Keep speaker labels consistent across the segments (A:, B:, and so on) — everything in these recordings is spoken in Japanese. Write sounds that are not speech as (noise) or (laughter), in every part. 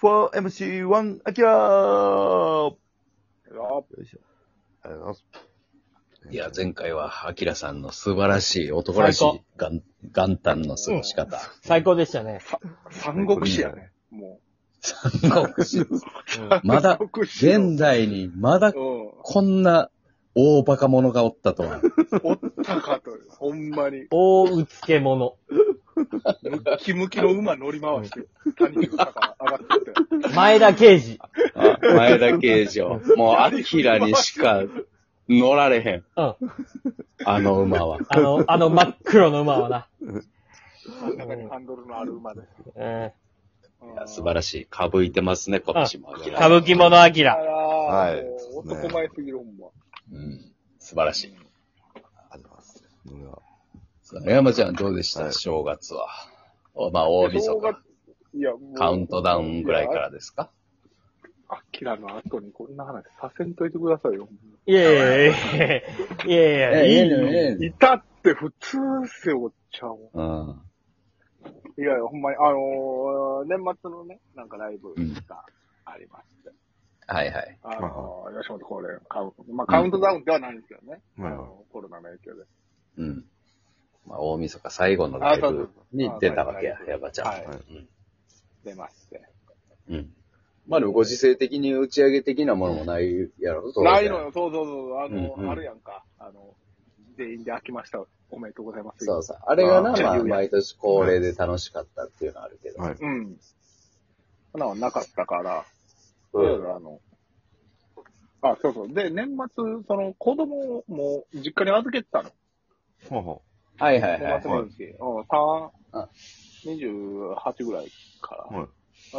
A: 4MC1、アキラーよいしょ。ありがとうございます。
B: いや、前回は、アキラさんの素晴らしい、男らしい
C: 最
B: 元元旦の過ごし方。
C: 最高でしたね。
D: 三国志やね。もう。
B: (laughs) まだ
D: 三国志の
B: 現代にまだ
D: う
B: こんな大バカ者がおったとは。
D: ん。おったかと。ほんまに。
C: 大うつけ者。
D: ムッキムキの馬乗り回して、谷口坂上がってって。
C: 前田刑事。
B: あ (laughs) 前田慶次郎。もう、アキラにしか乗られへん。
C: うん。
B: あの馬は。
C: あの、あの真っ黒の馬はな。
D: 真ん中にハンドルのある馬です。
C: うん。
D: うん
B: いや素晴らしい。かぶいてますね、今年も。
C: 歌舞伎者アキ
D: あ
C: ラ。
D: ら
A: はい
D: ー、もう男前すぎるほんま。
B: うん。素晴らしい。
A: ありがとうございます。俺は
B: 山ちゃんどうでした、
A: はい
B: 正月は。おまあ、大晦
D: 正
B: 日
D: 月。いや、もう
B: カウントダウンぐらいか。らですか
D: アキラの後にこんな話させんといてくださいよ。
C: いやいやいやいや。いやいやいや。
B: え
D: いたって普通っすよ、おっちゃんは。
B: うん。
D: いやいや、ほんまに、あのー、年末のね、なんかライブがありまして、
B: はいはい。
D: あのー、吉本恒例のカウント、まあカウントダウンではないんですけどね、
A: うん
D: あのコロナの影響で。
B: うん。まあ、大晦日最後のライ
D: あそうそう
B: ブに出たわけや
D: あ、
B: ヤバちゃん。
D: はい
B: うん
D: 出まして。
B: うん。まあ、でもご時世的に打ち上げ的なものもないやろ、当然
D: ないのよ、そうそうそう、あの、
B: うんうん
D: あるやんか、あの、全員で開きました、おめでとうございます。
B: そうそう。あれがな、
D: あー
B: まあ、毎年恒例で楽しかったっていうのはあるけど。
A: はい。
D: うん。そんなのなかったから、
B: うん
D: いろいろあの、あ、そうそう。で、年末、その、子供をもう、実家に預けてたの。
A: ほうほ
B: はいはいは
D: 年
B: い。
D: 末年始。うん、三
B: あ
D: 28ぐらいから
A: う。。はい。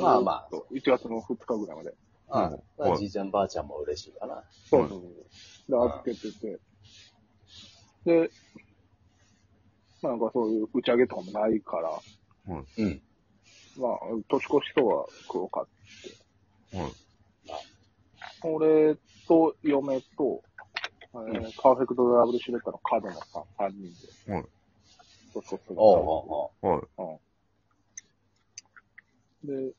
B: まあまあ
D: ずっと1月の2日ぐらいまで。
B: あ
A: うん
B: まあ
A: はい
B: じいちゃんばあちゃんも嬉しいかな。
D: そうそうそう。で、預けてて。で、まあなんかそういう打ち上げとかもないから、
B: うん。
D: まあ、年越しとは食おうか。
A: はい。
D: 俺と嫁と、えー
B: うん
D: パーフェクトダブルシュレッダーの角野さん3人で。
A: はい
D: 年越しとか
B: おうおう
A: はい。
D: で、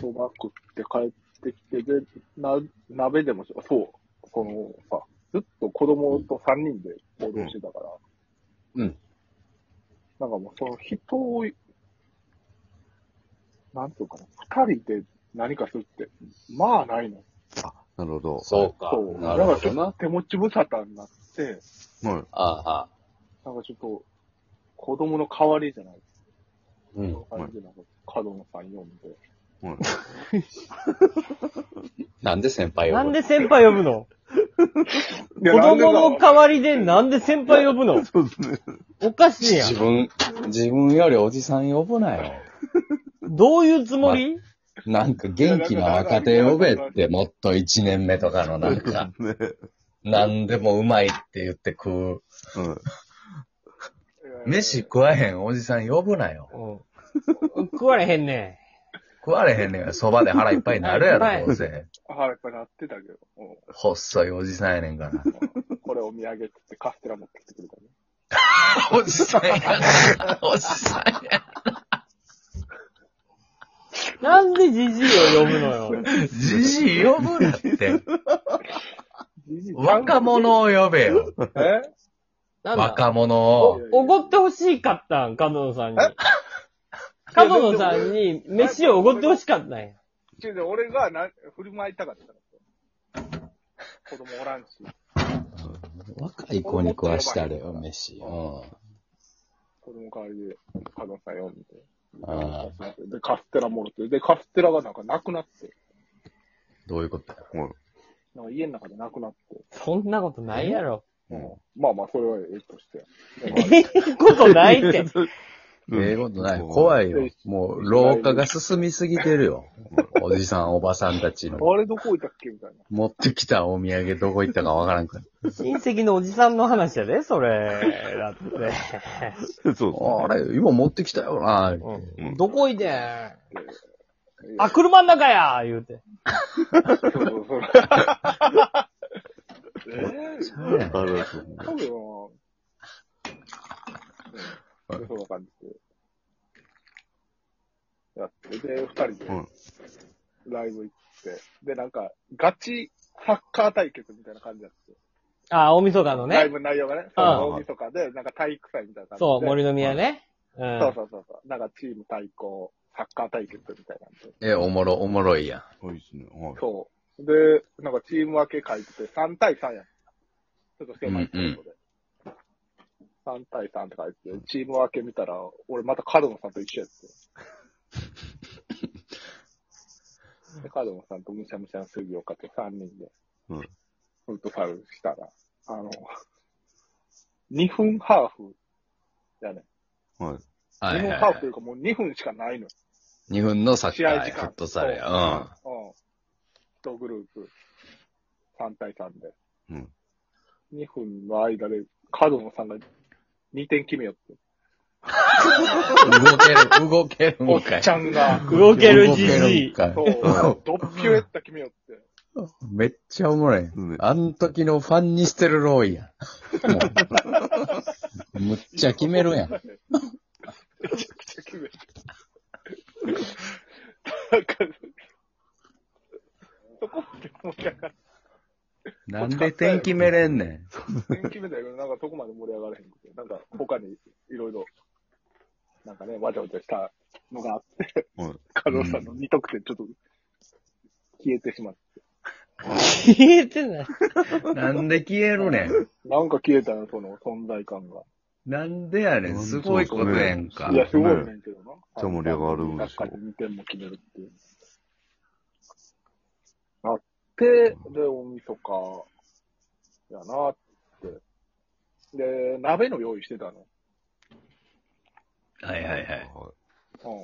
D: そば食って帰ってきて、で、な、鍋でもし、そう、そのさ、ずっと子供と3人で行動してたから、
B: うんうん
D: なんかもうその人を、なんていうかな、2人で何かするって、まあないの。
A: あ、なるほど。
B: おう。そうか
D: そ。う。だ
B: な
D: か
B: る
D: ら
B: ほ
D: ちょ
B: ど
D: っ
B: な
D: と。手持ち無沙汰になって、
A: はい。
B: ああ、ああ
D: なんかちょっと、子供の代わりじゃない
B: うん。
D: 感じで、なんか、角野さん読んで、
A: はい。
B: なんで先輩を。
C: なんで先輩呼ぶの
D: いや
C: 子
D: なんでだ
C: 供の代わりでなんで先輩呼ぶの
A: そうですね。
C: おかしいやん
B: 自。分、自分よりおじさん呼ぶなよ。
C: どういうつもり
B: なんか元気な若手呼べって、もっと一年目とかのなん (laughs) か、
A: ね。
B: 何でもうまいって言って食う。
A: うん。
B: 飯食わへんおじさん呼ぶなよ。
C: うん。食われへんね
B: 食われへんねんからそばで腹いっぱいになるや
C: はい
B: ろ、どうせ。
D: はい、やっぱなってたけど、うん
B: 細いおじさんやねん (laughs) から。
D: これお土産ってってカステラ持ってきてくれたね。
B: おじさんやな。おじさんや。
C: ん。なんでジジイを呼ぶのよ。
B: じじい呼ぶな (laughs) って。
D: じじいちゃん
B: 若者を呼べよ。
D: え
C: なんだ
B: 若者を。
C: お、おごってほしいかったん、角野さんに。角野さんに飯をおごってほしかったんや。
D: 違う違う俺がな振る舞いたかったの子供おらんし。
B: 若い子に食わしてあれよ、飯。うん。
D: 子供代わりで、カノさん読んで。
B: ああ、
D: で、カステラもろって。で、カステラがなんかなくなって。
B: どういうことや。
A: はい。
D: なんか家の中でなくなって。
C: そんなことないやろ。
A: うん
D: まあまあ、それはええと (laughs) して。でもあれ
C: (laughs) ええことない (laughs) って。
B: ええことない。怖
A: い。
B: いよ。もう、老化が進みすぎてるよ。おじさん、おばさんたちの。
D: あれどこ置いたっけみたいな。
B: 持ってきたお土産どこ行ったかわからんから。
C: 親戚のおじさんの話やで、そ (laughs) れ。だって。
A: そうですね。
B: あれ、今持ってきたよな。
A: うん
C: どこいてん
D: いや
C: あ、車の中や言うて。
D: そうそうそう。えー
A: あれですね。
D: 多分、うん、そうな感じで。やって、で、二人で
A: うん
D: ライブ行って、で、なんか、ガチサッカー対決みたいな感じだった。
C: あ、大晦日の
D: ライ
C: ね。
D: ブの内容がね、
C: うん
D: 大晦日で、なんか体育祭みたいな感じで。
C: そう、森の宮ね。うん。
D: そうそうそうそう。なんかチーム対抗、サッカー対決みたいなんで。
B: え、おもろ、おもろいやん。
A: 多いですね。はい。
D: そう。で、なんかチーム分け書いてて、3対3やん。ちょっと狭いところで。3対3って書いてて、チーム分け見たら、俺またカルノさんと一緒や
B: (laughs)
D: って。で、カルノさんとむしゃむしゃの杉岡と3人で、
A: うん
D: フットサルしたら、あの、2分ハーフやね。
A: はい。
B: は
D: 2
B: い
D: 分
B: は
D: ハーフ
B: い
D: というかもう2分しかないのよ。
B: 日本のサッカー
D: 試合時
B: や、
D: 間
B: フットサルや。
D: うん。1グループ、3対3で。
A: うん。
D: 2分の間で、角野さんが2点決めよって。
B: うん。動ける、動ける
D: お
B: ん
D: っ
B: かい
D: ち。ゃんが、
C: 動ける
B: 動
C: じ
B: け
C: じ
B: るん
C: い。
B: かい
D: そう、ドッキュエッタ決めよって。
B: めっちゃおもろい
A: ん。
B: あの時のファンにしてるローイやん。もうむっちゃ決めるやん。
D: めちゃくちゃ決めて。なんか、そこまで盛り上がら
B: なんで点決めれんねん。
D: 点決めたけど、なんかそこまで盛り上がらへんくて、なんか他にいろいろ、なんかね、わちゃわちゃしたのがあって、
A: はい。
D: 加納さんの2得点ちょっと消えてしまって。
C: 消えてない。
B: なんで消えるねん。
D: なんか消えたな、その存在感が。
B: なんでやねん。すごいことやんか
D: い。や、すごい
A: ね
D: ねんけどな。
A: っちゃ盛り上がるんで
D: で
A: し
D: し
A: ょ
D: ょ。2点も決めるっていう。あって、で、大晦日やなって。で、鍋の用意してたの。
B: はいはいはい。
D: う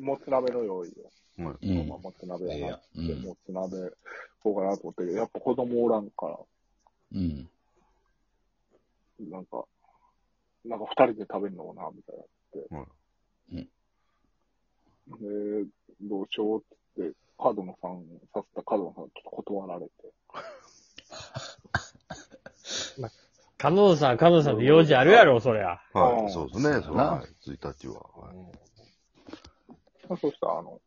D: ん。もつ鍋の用意を。
A: はい。はい。
B: うん
D: まあもつ鍋
B: ええ
D: やな
B: や
D: っ
B: う
D: て、
B: ん
D: もつ鍋こうかなと思ったけど、やっぱ子供おらんから、
B: うん。
D: なんか、なんか二人で食べるのかな、みたいな。
A: はい。
D: で、どうしようって、角野さん、さった角野さん、ちょっと断られて。
C: カノンさん、カノンさんで用事あるやろ、そりゃ。
A: は
D: うん
A: い。そうですね。そ
B: そう
A: う
B: だな
A: はい。1日は。はい
D: まあそうしたら、あの、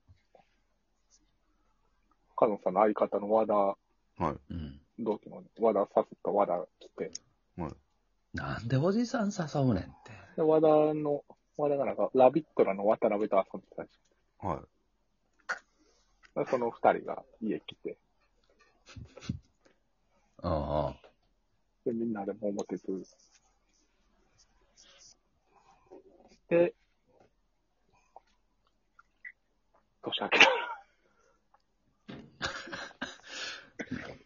D: 角野さんの相方の和田、
A: はい。
B: うん。
D: 同期の和田さった和田来て、
B: なんでおじさん誘うねんって。
D: で、和田の、和田がなんか、ラビットラの渡辺と遊んでたりして
A: はい。
D: でその二人が家来て、
B: うんうん。
D: で、みんなで桃鉄。で、年明けた。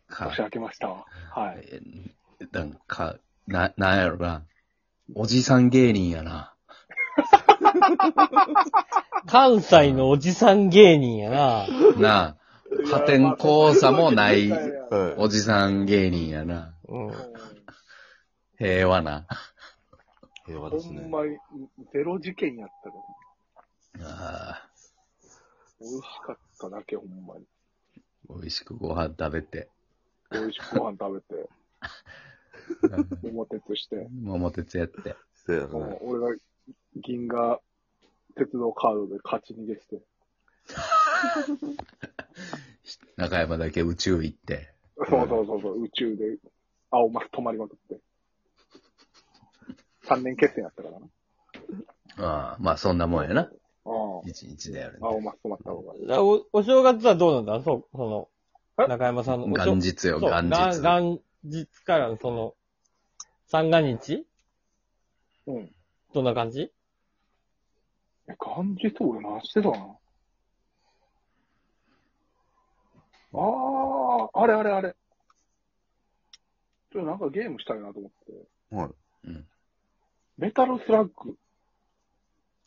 B: か
D: 年、明けましたわ。はい。
B: えなんか、な、なんやろな。おじさん芸人やな。
C: 関西のおじさん芸人やな。
B: なあ、破天荒さもない
D: やまあそんなことない
A: はい。
B: おじさん芸人やな。
C: うん。
B: 平和な。
A: 平和
D: ほ
A: ですね。
D: んまに、ゼロ事件やったの。
B: ああ、
D: 美味しかっただけ、ほんまに。
B: 美味しくご飯食べて。
D: 美味しくご飯食
B: (laughs)
D: べて、桃鉄して、
B: 桃鉄やって。
A: せやね。
D: もう俺が銀河鉄道カードで勝ち逃げして、
B: 中山だけ宇宙行って。
D: そうそうそうそう、宇宙で青マス止まりまくって。3年決戦やったからな。
B: ああ、まあそんなもんやな。
D: うん。
B: 一日でやるね。
D: 青マス止まった方が。
C: お、お正月はどうなんだそう、その、
D: え
C: 中山さんの。お正
B: 元日よ、
C: そう
B: 元
C: 元
B: 日。
C: 元日からのその、三が日
D: うん。
C: どんな感じ
D: え、感じそう、俺なしてたな。ああ、あれあれあれ。ちょっとなんかゲームしたいなと思って。
A: はい。
D: メタルスラッグ。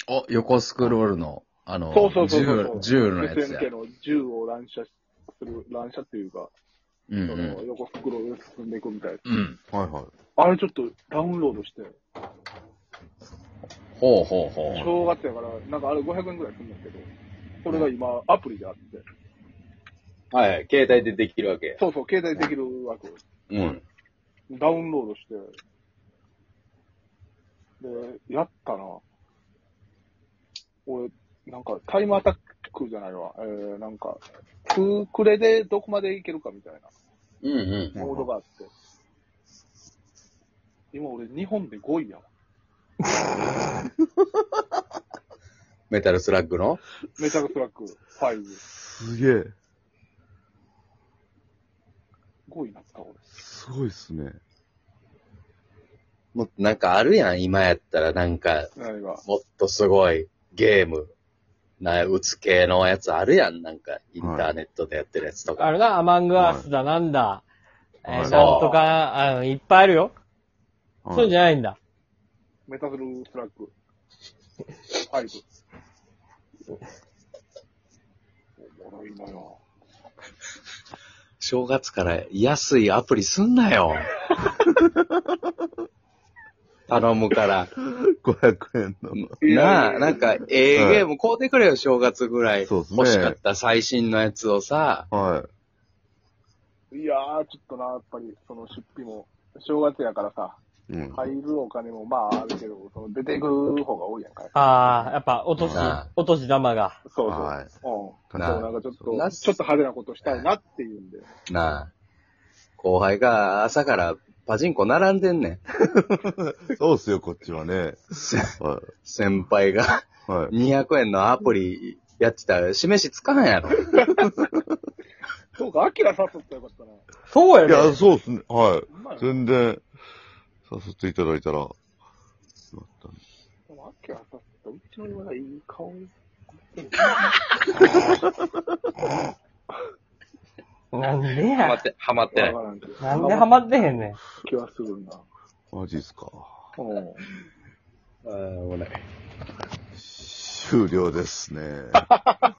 B: お、横スクロールの、あの
D: そうそ、うそうそ
B: 銃
D: う、
B: 銃のやつや
D: SNK。の銃を乱射する、乱射っていうか、
B: うんう
D: その
B: ん。
D: 横袋で進んでいくみたいな。
B: うん。
A: はいはい。
D: あれちょっとダウンロードして、
B: ほうほうほう。
D: 正月やから、なんかあれ500円くらいするんだけど、それが今アプリであって、
B: はい、携帯でできるわけ。
D: そうそう、携帯できるわけ。
B: うん。
D: ダウンロードして、で、やったら、俺、なんか、タイムアタックじゃないわ。えー、なんか、2クレでどこまでいけるかみたいな
B: うんうん。
A: うん
D: モードがあって。今俺、日本で5位やわ。
B: メタルスラッグの
D: メタルスラック5。
A: すげえ。
D: 5位になった、俺。
A: すごいっすね。
B: もっとなんかあるやん、今やったらなんか、
D: 何が。
B: もっとすごいゲーム、な、打つ系のやつあるやん、なんか、インターネットでやってるやつとか。
C: あれな、アマングアースだ、なんだ、えー
A: はい
C: なんとか、あの、いっぱいあるよ。そういうんじ
A: ゃ
C: ゃないんだ。
D: メタルスラック5。おもろいのよ。
B: 正月から安いアプリすん
D: (laughs)
B: なよ。頼むから。
A: 500円の。
B: なあ、なんか、ええゲーム買うてくれよ、正月ぐらい。
A: そうっすね
B: 欲しかった最新のやつをさ。
A: はい
D: やー、ちょっとな、やっぱり、その出費も、正月やからさ、
A: い。うん。
D: 入るお金もまああるけど、その出ていく方が多いやんか。
C: ああ、やっぱ、落とし
B: なあ、
C: 落とし玉が。
D: そうそう。
A: はい
D: うん。
B: なあ
D: そうなんかちょっと、ちょっ
B: な
D: と派手なことしたいなっていうんで。
B: なあ。後輩が朝からパチンコ並んでんねん。
A: そうっすよ、こっちはね。は
B: (laughs) 先輩が
A: い。はい。
B: 200円のアプリやってたら示しつかない (laughs) やろ。
D: そうか、アキラ誘ったらよかったな。
C: そう
A: いや、
C: ね。
A: そうっすね。は
D: うまい
A: い。
D: な。
A: 全然、誘っていただいたら、よかったね
D: でもアキラ誘ったらうちの今がいい顔。
C: なんで
B: ハマ
C: や
B: っ。て、ハマってない。
D: わからんけど
C: なんでハマってへんねん。
D: 気はするな。
A: マジっすか。
D: うん。
B: あーおもろい
A: 終了ですね。